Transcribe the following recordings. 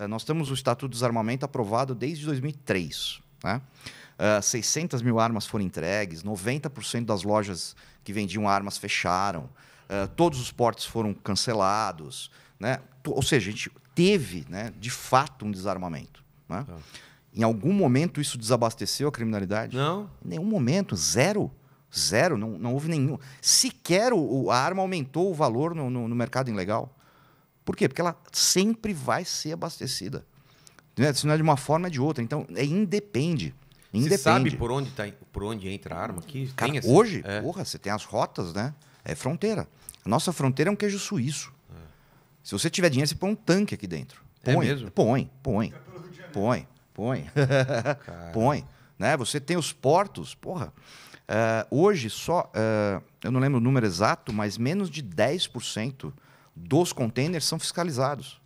É, nós temos o Estatuto de Desarmamento aprovado desde 2003. Né? Uh, 600 mil armas foram entregues, 90% das lojas que vendiam armas fecharam, uh, todos os portes foram cancelados. Né? Ou seja, a gente teve, né, de fato, um desarmamento. Né? Tá. Em algum momento isso desabasteceu a criminalidade? Não? Em nenhum momento, zero. Zero, não, não houve nenhum. Sequer o, o- a arma aumentou o valor no, no- no mercado ilegal. Por quê? Porque ela sempre vai ser abastecida. Né? Se não é de uma forma, é de outra. Então, é independe. Você Independe. sabe por onde, tá, por onde entra a arma aqui? Cara, Tem essa- hoje, É. porra, você tem as rotas, né? É fronteira. A nossa fronteira é um queijo suíço. Se você tiver dinheiro, você põe um tanque aqui dentro. É Põe, mesmo? põe, põe, põe, põe, Cara. põe. Né? Você tem os portos, porra. eh, hoje só, eh, eu não lembro o número exato, mas menos de 10% dos containers são fiscalizados.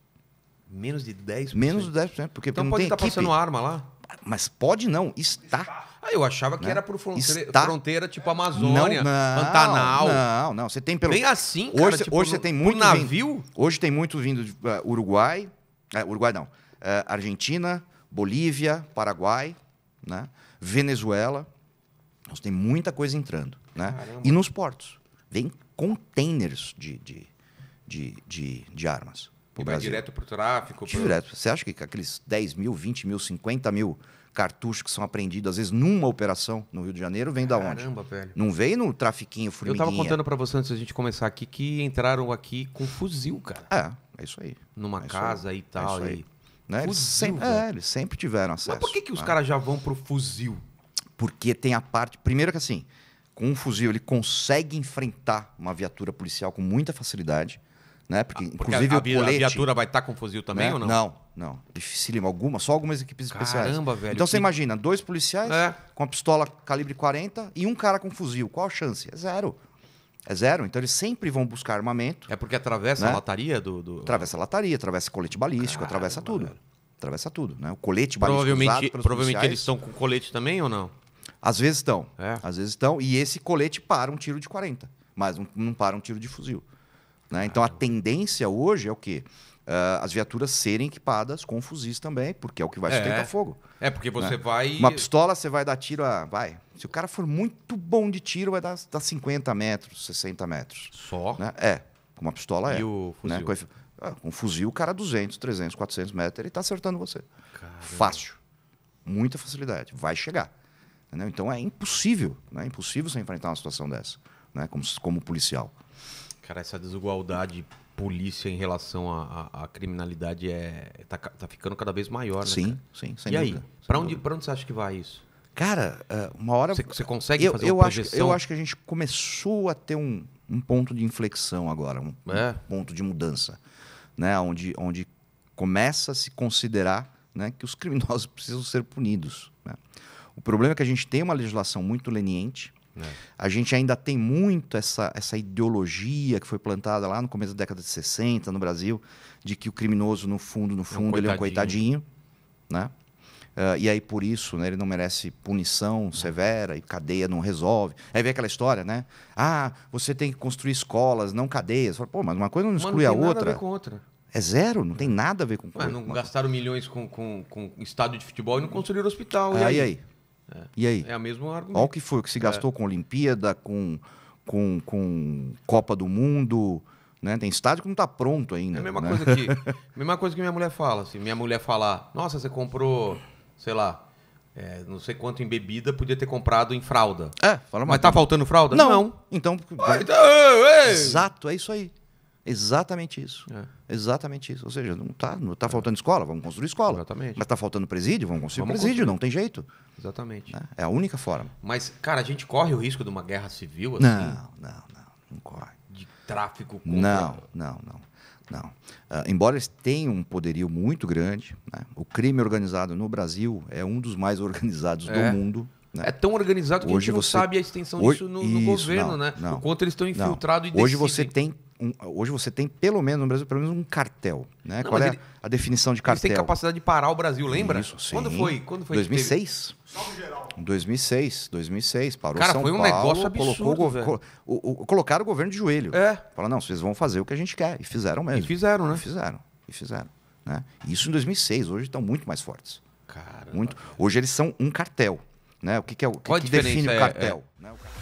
Menos de 10%. Menos de 10%, porque Então não pode tem estar equipe. passando arma lá. Mas pode não, está. Ah, eu achava que Né? era por fronteira, Está- fronteira tipo Amazônia, não, não, Pantanal. Não, não, você tem pelo Bem assim, Hoje cara. cê- tipo, hoje cê no- tem por muito navio? Hoje tem muito vindo de eh, Uruguai, eh, Uruguai não, eh, Argentina, Bolívia, Paraguai, né? Venezuela. Nós tem muita coisa entrando, né? Caramba. E nos portos vem containers de de, de, de, de armas pro Que vai Brasil. direto pro tráfico. pro- Direto. Você acha que aqueles 10 mil, 20 mil, 50 mil cartuchos que são apreendidos às vezes numa operação no Rio de Janeiro vem da onde? Caramba, velho. Não veio no trafiquinho Eu formiguinha. tava contando pra você antes da gente começar aqui que entraram aqui com fuzil, cara. É, é isso aí. Numa É isso casa e tal. isso aí. e- Né? Eles, Fuzil, sempre, velho. é, eles sempre tiveram acesso. Mas por que, que os né? caras já vão pro fuzil? Porque tem a parte. Primeiro que assim, com um fuzil ele consegue enfrentar uma viatura policial com muita facilidade, né? Porque, Ah, Porque inclusive a, a, o vi- a colete. viatura vai estar com fuzil também né? ou não? Não, não. Dificílimo. Alguma, só algumas equipes especiais. Caramba, velho. Então que- você imagina, dois policiais É. com a pistola calibre 40 e um cara com fuzil. Qual a chance? É zero. É zero. Então eles sempre vão buscar armamento. É porque atravessa a Né? lataria do. do- Atravessa a lataria, atravessa colete balístico, atravessa tudo. velho. Atravessa tudo, né? O colete balístico usado Provavelmente, pelos provavelmente policiais, eles estão com colete também ou não? Às vezes estão. É. Às vezes estão. E esse colete para um tiro de 40, mas não, não para um tiro de fuzil. Né? Então a tendência hoje é o quê? Ah, as viaturas serem equipadas com fuzis também, porque é o que vai É. sustentar fogo. É porque você É. vai. Uma pistola, você vai dar tiro a. Vai. Se o cara for muito bom de tiro, vai dar, dar 50 metros, 60 metros. Só. Né? É. Com uma pistola é. E o fuzil. né? Com efe- ah, com um fuzil, o cara 200, 300, 400 metros, ele está acertando você. Caramba. Fácil. Muita facilidade. Vai chegar. Entendeu? Então é impossível. Né? É impossível você enfrentar uma situação dessa, né? como, como policial. Cara, essa desigualdade polícia em relação à, à- à criminalidade é tá, ca- tá ficando cada vez maior, né? sim, cara? sim, sem dúvida. e aí, sem pra onde, dúvida. pra onde você acha que vai isso? Cara, é, uma hora. Você, você consegue eu, fazer eu uma acho, que- projeção? eu acho que a gente começou a ter um, um ponto de inflexão agora, um, É. ponto de mudança, né? onde, onde começa a se considerar né, que os criminosos precisam ser punidos. né? O problema é que a gente tem uma legislação muito leniente, É. a gente ainda tem muito essa, essa ideologia que foi plantada lá no começo da década de 60 no Brasil, de que o criminoso, no fundo, no fundo, ele é um coitadinho. Né? Ah, e aí, por isso, né, ele não merece punição severa e cadeia não resolve. Aí vem aquela história, né? Ah, você tem que construir escolas, não cadeias. Fala, Pô, mas uma coisa não Mas exclui não a tem nada outra. ver com outra. É zero, não tem nada a ver com Ué, coisa. não Uma- gastaram milhões com, com, com estádio de futebol e não construíram hospital. Ah, e e aí? E aí? É o mesmo Olha o argumento. que foi, o que se gastou com Olimpíada, com, com, com Copa do Mundo, né? Tem estádio que não está pronto ainda. É a mesma né? coisa que mesma coisa que minha mulher fala. Se minha mulher falar, nossa, você comprou, sei lá, é, não sei quanto em bebida, podia ter comprado em fralda. É, fala Mas mais. tá faltando fralda? Não. Então, Ah, então, ei, ei. exato, é isso aí. Exatamente isso. É, Exatamente isso. Ou seja, não tá, não tá faltando escola, vamos construir escola. Exatamente. Mas tá faltando presídio, vamos construir Vamos presídio, não tem jeito. exatamente. né? É a única forma. Mas, cara, a gente corre o risco de uma guerra civil, assim, Não, não, não, não corre. de tráfico contra... Não, não, não. não. Ah, embora eles tenham um poderio muito grande, né? o crime organizado no Brasil é um dos mais organizados É. do mundo. Né? É tão organizado que a Hoje gente não você- sabe a extensão Hoje- disso no, no Isso, governo, não, né? não. o quanto eles estão Não. infiltrados e hoje decidem. você tem um- hoje você tem pelo menos no Brasil pelo menos um cartel, né? Não, Qual mas é ele- a definição de Eles têm cartel? capacidade de parar o Brasil, lembra? Isso, sim. Quando foi? Quando foi que teve- 2006. Em 2006, 2006, parou Cara, São foi um Paulo, negócio colocou o absurdo, gov- co- o- o- colocaram o governo de joelho. É, Falaram, não, vocês vão fazer o que a gente quer. E fizeram e mesmo. fizeram, né? E fizeram, e fizeram. Né? Isso em 2006, hoje estão muito mais fortes. Cara. Muito. Hoje eles são um cartel. Né? O que, que é o que, Qual a que diferença? define o É- cartel? né? O cartel.